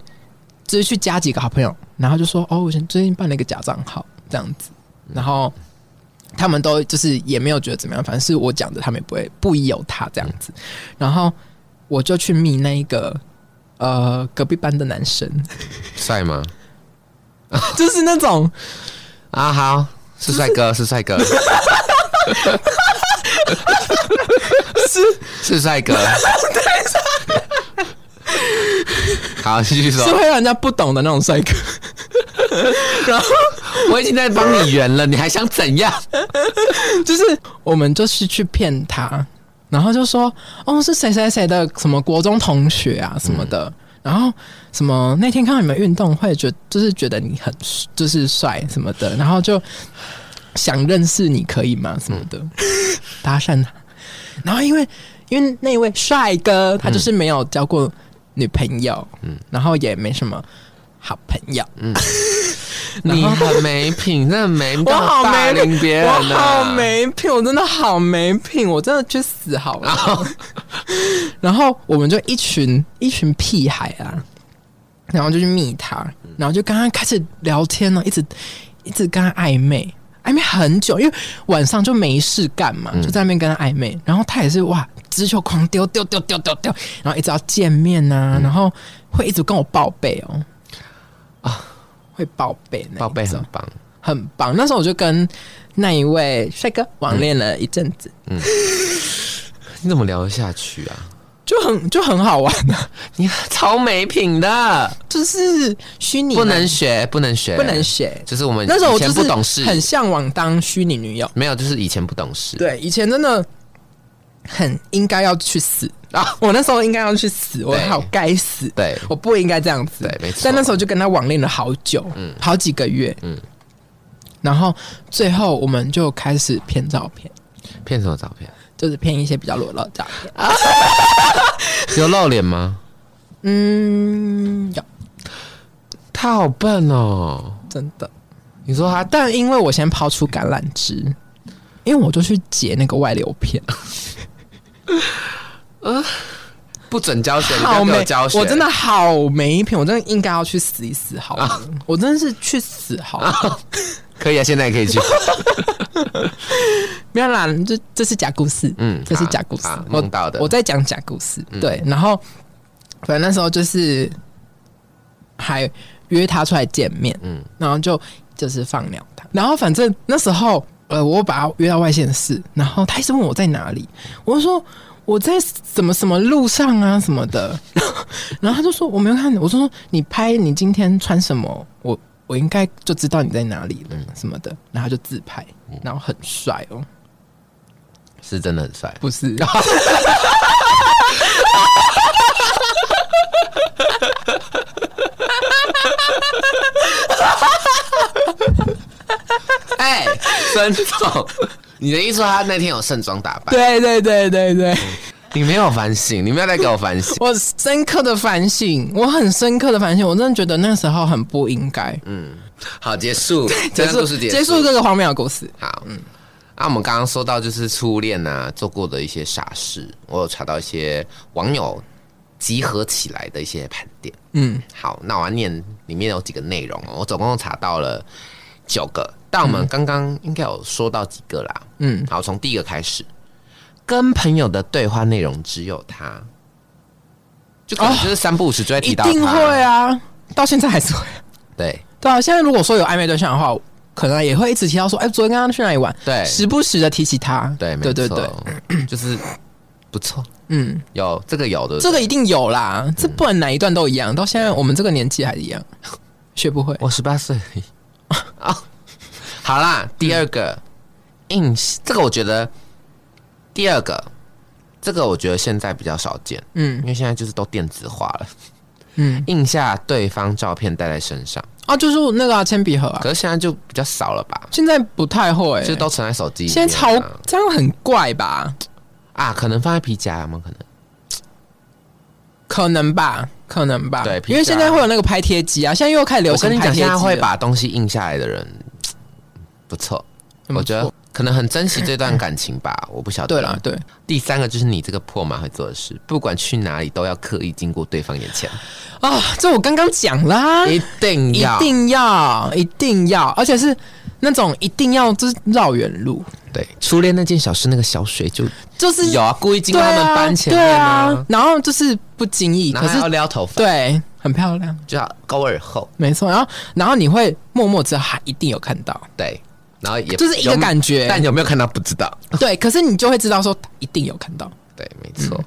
就是去加几个好朋友，然后就说哦，我最近办了一个假账号这样子，然后。他们嗯都就是也没有觉得怎么样，反正是我讲的，他们也不会不疑有他这样子。然后我就去密那一个呃隔壁班的男 生，
帅吗？
就是那种
啊，好，是帅 哥，是帅哥，是是帅 哥。好，继续
是啊
说。
会让人家不懂的那种帅哥。 然后
我已经在帮你圆了，你还想怎 样？
就是我们就是去骗他，然后就说哦是谁谁谁的什么国中同学啊什么的，然后什么那天看到你们运动会，觉就是觉得你很就是帅什么的，然后就想认识你可以吗什么的，搭讪他，然后因为因为那位帅哥他就是没有交过女朋友，嗯，然后也没什么好朋友，然后
你很没品，真的没
我
到
好
霸
没
凌别人啊
我
了。
好没品，我真的好没品，我真的去死好
啊
了。然后我们就一群一群屁孩啊，然后就去密他，
嗯
然后就跟他开始聊天了，一直一直跟他暧昧，暧昧很久，因为晚上就没事干
嗯
嘛，就在那边跟他暧昧。然后他也是哇，直球狂丢丢丢丢丢丢，然后一直要见面
嗯
呐、然后会一直跟我报备哦，啊，会报备那 一
宝贝
种
很棒，
很棒。那时候我就跟那一位帅哥网恋了一阵子，
你怎么聊得下去啊？
就很就很好玩啊，
你超没品的，
就是虚拟
不
男
能学，不能学，
不能写。
就是我们
那时候
以
我就
前
是
不懂事，
很向往当虚拟女友。
没有，就是以前不懂事。
对，以前真的很应该要去死 啊！我那时候应该要去死，我
对
好该死，
对
我不应该这样子。
对没错
但那时候就跟他网恋了好久，好几个月，嗯。然后最后我们就开始骗照片，
骗什么照片？
就是骗一些比较裸露的照片。
有露脸吗？
嗯，有
他好笨哦！
真的。
你说他
但因为我先抛出橄榄枝，因为我就去解那个外流 片，
不准教学，你不
好
要给我
没
教学，
我真的好没品，我真的应该要去死一死好了，
啊
我真的是去死 好了，
可以啊，现在也可以去。
没有啦，这这是假故事，
嗯
这是
好
假故事
好，
我
梦到的嗯
我在讲假故事，对，然后反正那时候就是还约他出来见面，
嗯
嗯，然后就就是放鸟他，然后反正那时候呃，我把他约到外县市，然后他一直问我在哪里，我就说我在什么什么路上啊什么的， 然后然后他就说我没有看你，我就说你拍你今天穿什么，我我应该就知道你在哪里
嗯
了什么的，然后他就自拍，然后很帅哦，
是真的很 帅，
不 是。
哎，孙总，你的意思说他那天有盛装打扮？
对对对对对，
你没有反省，你没有再给我反省。
我深刻的反省，我很深刻的反省，我真的觉得那时候很不应该。
好，结束，嗯这段故事
结
结
束这个荒谬的故事，
好，嗯，啊，我们刚刚说到就是初恋啊做过的一些傻事，我有查到一些网友集合起来的一些盘点。
嗯，
好，那我要念里面有几个内容哦，我总共查到了九个，但我们刚刚应该有说到几个啦。
嗯，
好，从第一个开始，跟朋友的对话内容只有他，就可能就是三不五时就会提
一
到他，
定会啊，到现在还是会。
对
对啊，现在如果说有暧昧对象的话，可能也会一直提到说，哎、昨天刚刚去哪里玩，
对
时不时的提起他，
对没
对对对，
对，就是不错，
嗯，
有这个有的，
这个一定有啦，这不管哪一段都一样，
嗯
到现在我们这个年纪还一样，学不会。
我十八岁而已啊。好啦，第二个硬性，这个我觉得第二个，这个我觉得现在比较少见，
嗯
因为现在就是都电子化了，
嗯，
印下对方照片带在身上，
啊，就是我那个啊铅笔盒啊，
可是现在就比较少了吧，
现在不太会、
就都存在手机里面
现
啊。
在超这样很怪吧？
啊，可能放在皮夹有没有可能？
可能吧，可能吧。
对
因为现在会有那个拍贴机啊，现在又开始流
我跟
行
你
拍
讲，
贴
现
机
在
了。
会把东西印下来的人不错，
嗯
我觉得可能很珍惜这段感情吧，我不晓得。
对啦，对，
第三个就是你这个破马会做的事，不管去哪里都要刻意经过对方眼前，
啊，这我刚刚讲啦，
一定
一
要
定要，一定要，而且是那种一定要就是绕远路，
对，初恋那件小事，那个小水就
就是
有啊，故意进到他
对
们
啊
班前
嗯对
面
啊，，然后就是不经意，
然
可
后还
是
要撩头发，
对，很漂亮，
就要勾耳后，
没错。然后然后你会默默知道他一定有看到，
对，然后也
就是一个
有
感觉，
但有没有看到不知道，
对，可是你就会知道说他一定有看到，
对，没
嗯
错。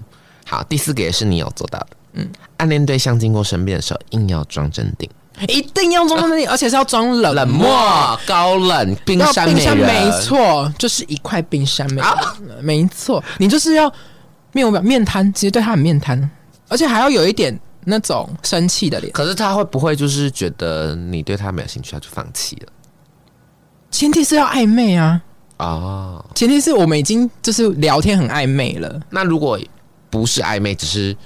好，第四个也是你有做到的，嗯，暗恋对象经过身边的时候，硬要装镇定、
一定要 装那里，而且是要装冷
冷漠、高冷、冰
要
山
嗯冰
美
山
人，
没错，就是一块冰山美人，
啊
没错，你就是要面无表面瘫，其实对他很面瘫，而且还要有一点那种生气的脸。
可是他会不会就是觉得你对他没有兴趣，他就放弃了？
前提是要暧昧啊，
哦，
前提是我们已经就是聊天很暧昧了，
那如果不是暧昧，只是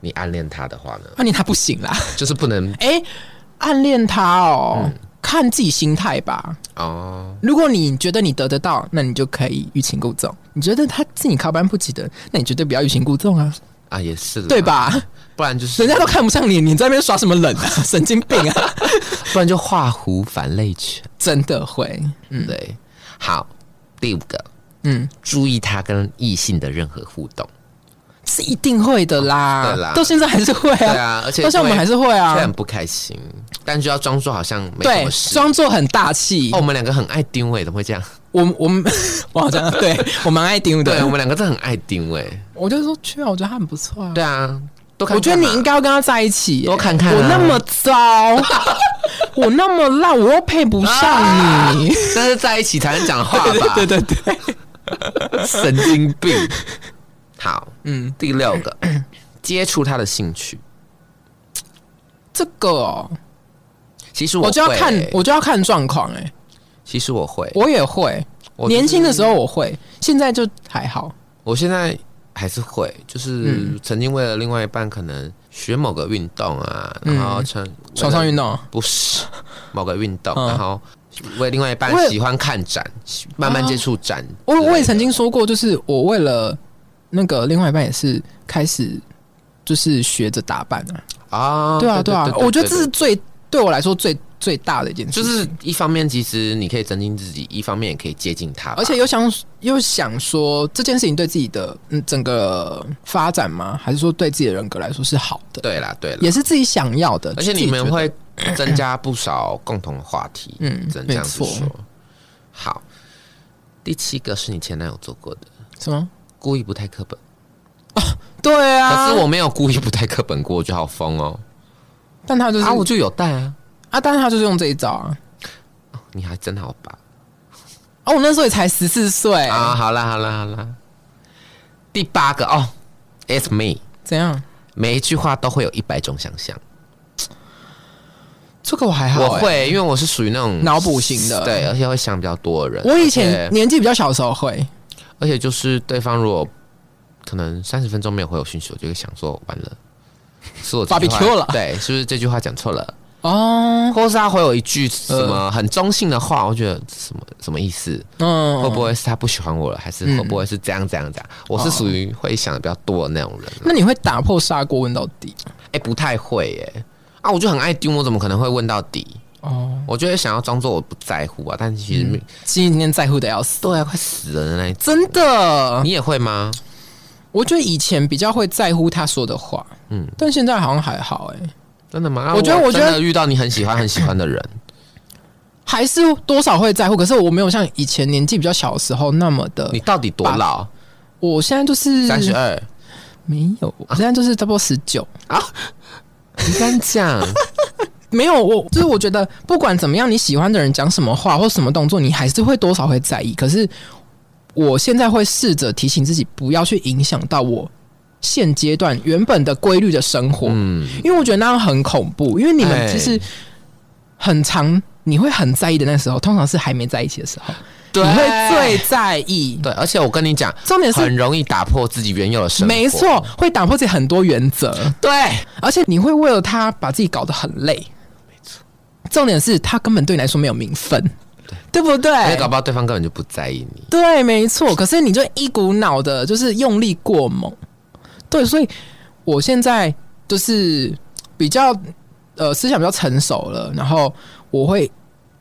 你暗恋他的话呢？
那、你他不行啦。
就是不能
哎、暗恋他哦，看自己心态吧。
哦，
如果你觉得你得得到，那你就可以欲擒故纵；你觉得他是你靠班不起的，那你绝对不要欲擒故纵啊，
啊，也是啦
对？吧？
不然就是
人家都看不上你，你在那边耍什么冷啊？神经病啊！
不然就画虎反类犬，
真的会，嗯
对。好，第五个，
嗯，
注意他跟异性的任何互动。
是一定会的啦，
对啦
到现在还是会
对
啊，
啊，而且
到现在我们还是会
会
啊
很，不开心，但就要装作好像没什
对
么，事。
装作很大气。
哦，我们两个很爱丢哎，怎么会这样？
我我们 我好像对我蛮爱丢
对，
的
我，们两个真的很爱丢哎。
我就说去啊，我觉得他很不错啊。
对啊，多看看嘛
我觉得你应该要跟他在一起耶、
多看看啊
我那么 糟，我那么烂，我又配不上你。
但啊是在一起才能讲话吧？
对对对，
神经病。好，
嗯，
第六 个，接触他的兴趣。
这个、哦、
其实
我
我
就要
会
看
欸，
我就要看状况哎，
其实我会，
我也会，
我
年轻的时
候，
候我会，现在就还好。
我现在还是会，
嗯
就是曾经为了另外一半，可能学某个运动啊，然后穿
嗯床上运动，
不是某个运动，
嗯
然后为另外一半
我也
喜欢看展，喜慢慢接触展之类
啊我
的。
我也曾经说过，就是我为了那个另外一半也是开始就是学着打扮啊，
啊，
对啊对啊，我觉得这是
对
最对我来说最最大的一件事情，
就是一方面，其实你可以增进自己，一方面也可以接近他吧，
而且又想又想说这件事情对自己的嗯整个发展吗？还是说对自己的人格来说是好的，
对啦对啦，
也是自己想要的？
而且你
自己
们
觉得
会增加不少共同的话题，
嗯
只能这样子
没错
说。好，第七个是你前男友做过的，
什么？
故意不太课本。
对啊，
可是我没有故意不带课本过，我觉得好疯哦。
但他就是
啊，我就有带啊，
啊，但是他就是用这一招啊。
哦你还真好吧？
哦，我那时候也才十四岁，
啊，好啦好啦好啦。第八个哦，It's me，
怎样？
每一句话都会有一百种想象。
这个我还好、
我
欸，
会，因为我是属于那种
脑补型的
对，而且会想比较多的人。
我以
而
前
且
年纪比较小的时候会，
而且就是对方如果可能三十分钟没有回我讯息，我就会想说完了，是我这句话
Barbecue 了
对，是不是这句话讲错了？
哦，
或是他回我一句什么很中性的话，我觉得什么什么意思？
嗯，
会哦不？会是他不喜欢我了，还是会不会是这样这样这样？我是属于会想的比较多的那种人啊。
那你会打破砂锅问到底？
哎、不太会耶、啊，我就很爱丢，我怎么可能会问到底？
哦，
我就会想要装作我不在乎啊，但其实、
嗯今天在乎的要死，
对啊，快死了的那一种。
真的。
你也会吗？
我觉得以前比较会在乎他说的话，嗯
嗯，
但现在好像还好、欸，哎，
真的吗？啊
我觉得我觉得
真的遇到你很喜欢很喜欢的人，
还是多少会在乎。可是我没有像以前年纪比较小的时候那么的
你，到底多老？
我现在就是
三十二？
没有，我现在就是差不多十九。
你敢 讲？
没有，我就是我觉得不管怎么样，你喜欢的人讲什么话或什么动作，你还是会多少会在意。可是我现在会试着提醒自己，不要去影响到我现阶段原本的规律的生活，
嗯，
因为我觉得那样很恐怖。因为你们
哎
其实很长，你会很在意的那时候，通常是还没在一起的时候，
对，
你会最在意。
对，而且我跟你讲，
重点是，
很容易打破自己原有的生活。
没错，，会打破自己很多原则。
对，
而且你会为了他把自己搞得很累。没错，重点是他根本对你来说没有名分，对不
而且
对
搞？不好对方根本就不在意你。
对，没错。可是你就一股脑的，就是用力过猛。对，所以我现在就是比较呃思想比较成熟了，然后我会，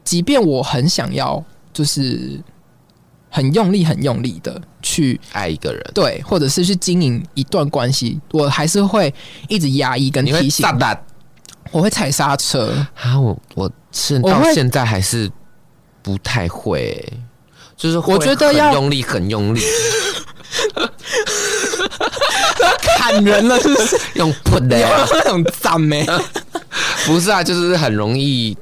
即便我很想要，就是很用力、很用力的去
爱一个人，
对，或者是去经营一段关系，我还是会一直压抑跟
你会
提醒
炸，弹
我会踩刹车。
啊！我我现
我
到
会
现在还是不太会欸、就是会
我觉得
很
要
用力，很用力，
砍人了，是不是？
用喷的欸、
那种赞欸美，
不是啊，就是很容易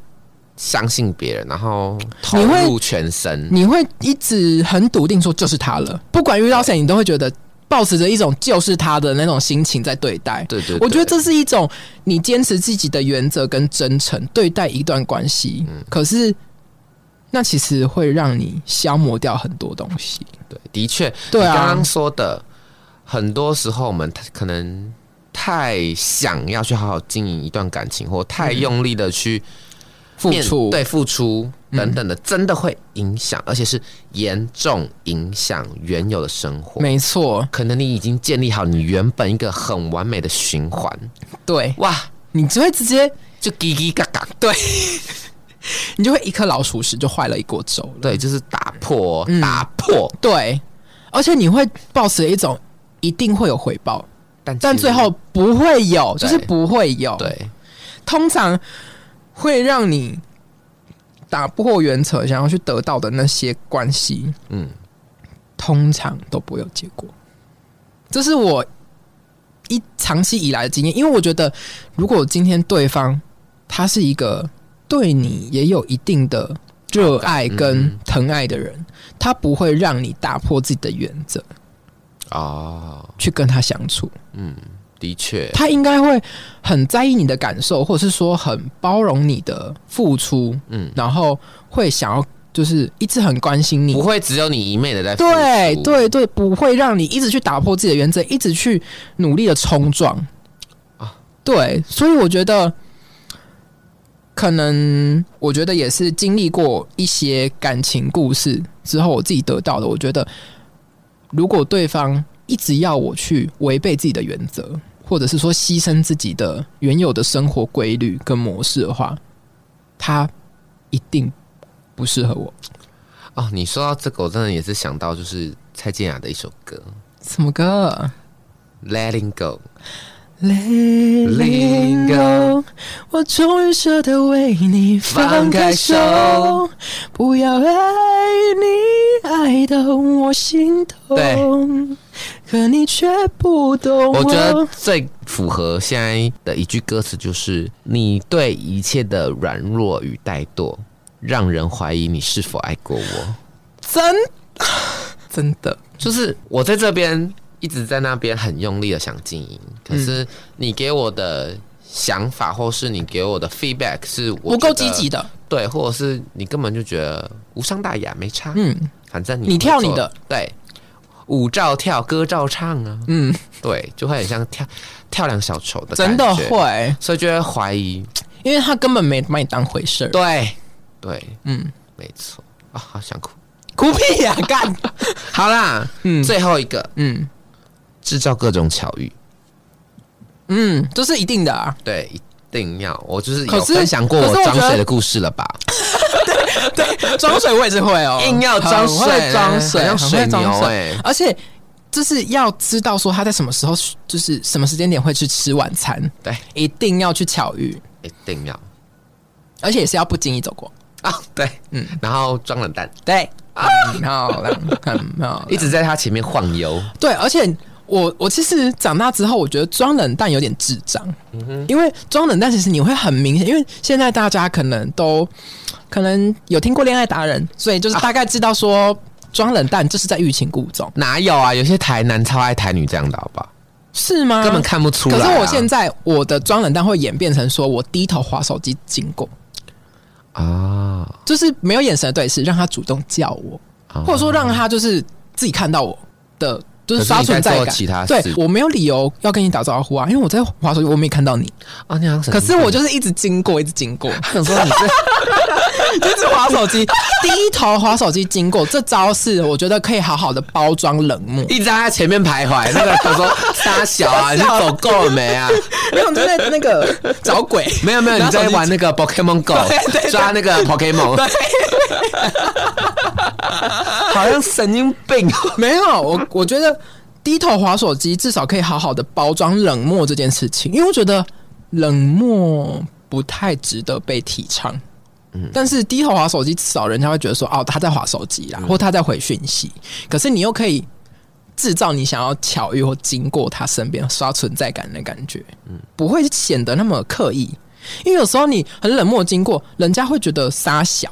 相信别人，然后投
你会
入全身。
你会一直很笃定说就是他了，不管遇到谁，你都会觉得保持着一种就是他的那种心情在对待。
对对对，
我觉得这是一种你坚持自己的原则跟真诚对待一段关系，
嗯
可是那其实会让你消磨掉很多东西。
对，的确，
对啊
你刚刚说的，很多时候我们可能太想要去好好经营一段感情，或太用力的去
付
面
出
对付出等等的，真的会影响，而且是严重影响原有的生活。
没错，
可能你已经建立好你原本一个很完美的循环，
对
哇，
你就会直接，
就叽叽嘎嘎，
你就会一颗老鼠屎就坏了一锅粥了。
对，就是打破，
嗯
打破，
对，而且你会抱持一种一定会有回报，
但
但
其实
最后不会有，就是
对
不会有。，
对，
通常会让你打破原则，想要去得到的那些关系，
嗯，
通常都不会有结果。这是我一长期以来的经验，因为我觉得，如果今天对方他是一个对你也有一定的热爱
嗯
跟疼爱的人，他不会让你打破自己的原则
哦，
去跟他相处。
的确，
他应该会很在意你的感受，或者是说很包容你的付出，
嗯，
然后会想要就是一直很关心你
不。会只有你一昧的在付
对
出
对对，不会让你一直去打破自己的原则，一直去努力的冲撞
啊
对，所以我觉得，可能我觉得也是经历过一些感情故事之后，我自己得到的，我觉得如果对方一直要我去违背自己的原则，或者是说牺牲自己的原有的生活规律跟模式的话，他一定不适合我。
哦，你说到这个，我真的也是想到就是蔡健雅的一首歌
什么歌？
《Letting Go》，
Letting go，我终于舍得为你放开手，不要爱你爱到我心痛，可你却不懂
我觉得最符合现在的一句歌词就是“你对一切的软弱与怠惰，让人怀疑你是否爱过我
真真的，”。
就是我在这边一直在那边很用力的想经营，可是你给我的想法或是你给我的 feedback 是我
不够
觉得
积极，的，
对，或者是你根本就觉得无伤大雅，没差，
嗯
反正你
你
会
跳你
做
的，
对，舞照跳，歌照唱啊，
嗯，
对，就会很像跳跳梁小丑的，
真的，会，
所以就会怀疑，
因为他根本没把你当回事儿，
对对，
嗯，
没错啊、好想哭。
哭屁 呀，干，
好啦，
嗯
最后一个
嗯
制造各种巧遇，
嗯，这是一定的啊，
对，一定要，我就是
可
有
是
分享过
可是我
装
觉得
水的故事了吧？
装水我也是会哦，
硬要装水
很会装水，
很像
很
水
会装
牛
水
哎、
而且就是要知道说他在什么时候，就是什么时间点会去吃晚餐，
对，
一定要去巧遇，
一定要
而且也是要不经意走过，
啊，对，嗯
嗯，
然后装冷淡，
对，很漂亮，很漂亮，
一直在他前面晃悠，
对，而且。我我其实长大之后，我觉得装冷淡有点智障，
嗯
因为装冷淡其实你会很明显，因为现在大家可能都可能有听过恋爱达人，所以就是
啊
大概知道说装冷淡就是在欲擒故纵，
哪有啊？有些台男超爱台女这样的，好不好？
是吗？
根本看不出来、
可
啊。
是我现在我的装冷淡会演变成说我低头划手机经过，
啊，
就是没有眼神的对视，让他主动叫我，
啊
或者说让他就是自己看到我的，就是刷存
可是
在
你在做
感。
其他事
对我没有理由要跟你打招呼啊，因为我在划手机，我没看到你。
啊，你好像神经
可是
病
我 就是一直经过，一直经过，
想说你这
一直划手机，低头划手机经过，这招式我觉得可以好好的包装冷 漠。
一直在他前面徘徊。啊 那个他说傻小啊，你走够了没啊？
没有，就在那个找鬼。
没有没有，你在玩那个 Pokemon Go，抓那个 Pokemon，好像神经病。
没有，我我觉得低头划手机至少可以好好的包装冷漠这件事情，因为我觉得冷漠不太值得被提倡。但是低头划手机，至少人家会觉得说，哦，他在划手机啦，或他在回讯息。可是你又可以制造你想要巧遇或经过他身边刷存在感的感觉，不会显得那么刻意。因为有时候你很冷漠经过，人家会觉得傻小，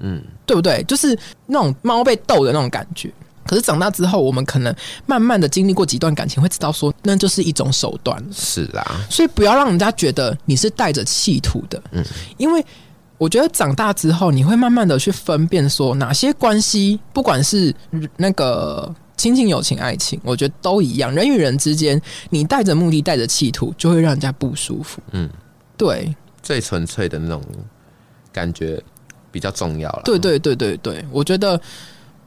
嗯，
对不对？就是那种猫被逗的那种感觉。可是长大之后，我们可能慢慢的经历过几段感情，会知道说那就是一种手段，
是啦，
所以不要让人家觉得你是带着企图的。嗯，因为我觉得长大之后，你会慢慢的去分辨说哪些关系，不管是那个亲情、友情、爱情，我觉得都一样，人与人之间，你带着目的、带着企图，就会让人家不舒服。
嗯，
对，
最纯粹的那种感觉比较重要了。
对对对对对，我觉得，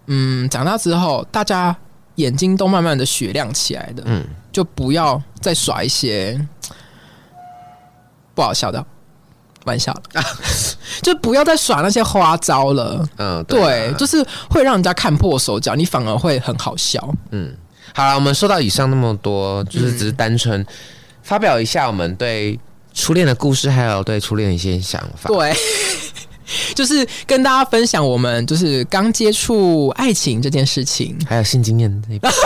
嗯，长大之后，大家眼睛都慢慢的雪亮起来的，
嗯，
就不要再耍一些不好笑的玩笑了， 就不要再耍那些花招了。
嗯，
对，
啊
就是会让人家看破手脚，你反而会很好笑。
好了，我们说到以上那么多，就是只是单纯发表一下我们对初恋的故事，还有对初恋的一些想法。
对， 就是跟大家分享我们就是刚接触爱情这件事情，
还有性经验那一 部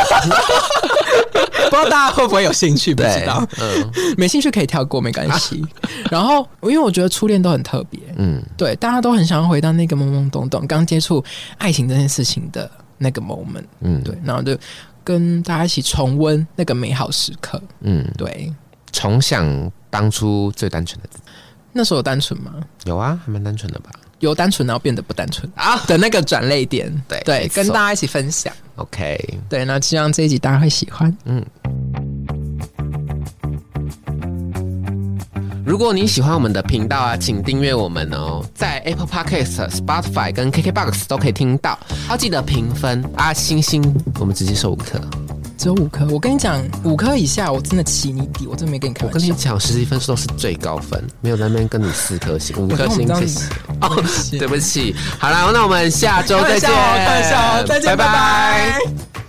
不知道大家会不会有兴趣？不知道。，
嗯
没兴趣可以跳过，没关系。然后，因为我觉得初恋都很特别，
嗯，
对，大家都很想要回到那个懵懵懂懂、刚接触爱情这件事情的那个 moment，
嗯
对，然后就跟大家一起重温那个美好时刻，
嗯，
对。
重想当初最单纯的自己，
那时候有单纯吗？
有啊，还蛮单纯的吧
由单纯然后变得不单纯啊的那个转泪点，
对没
对，
错
跟大家一起分享，
？OK，
对，那希望这一集大家会喜欢。
嗯如果你喜欢我们的频道啊，请订阅我们哦，在 Apple Podcast、Spotify 跟 KKBox 都可以听到。要记得评分啊，星星，我们直接收五颗。
只有五颗，我跟你讲，五颗以下我真的起你底，我真没跟你开
我
玩
跟
笑
你。讲，实际分数都是最高分，没有在那边跟你四颗 星、五颗星，
我跟
谢
我们
谢。
这样
哦，对不起，好啦，那我们下周
开
再见
玩笑哦，开玩笑哦，再见，
拜
拜拜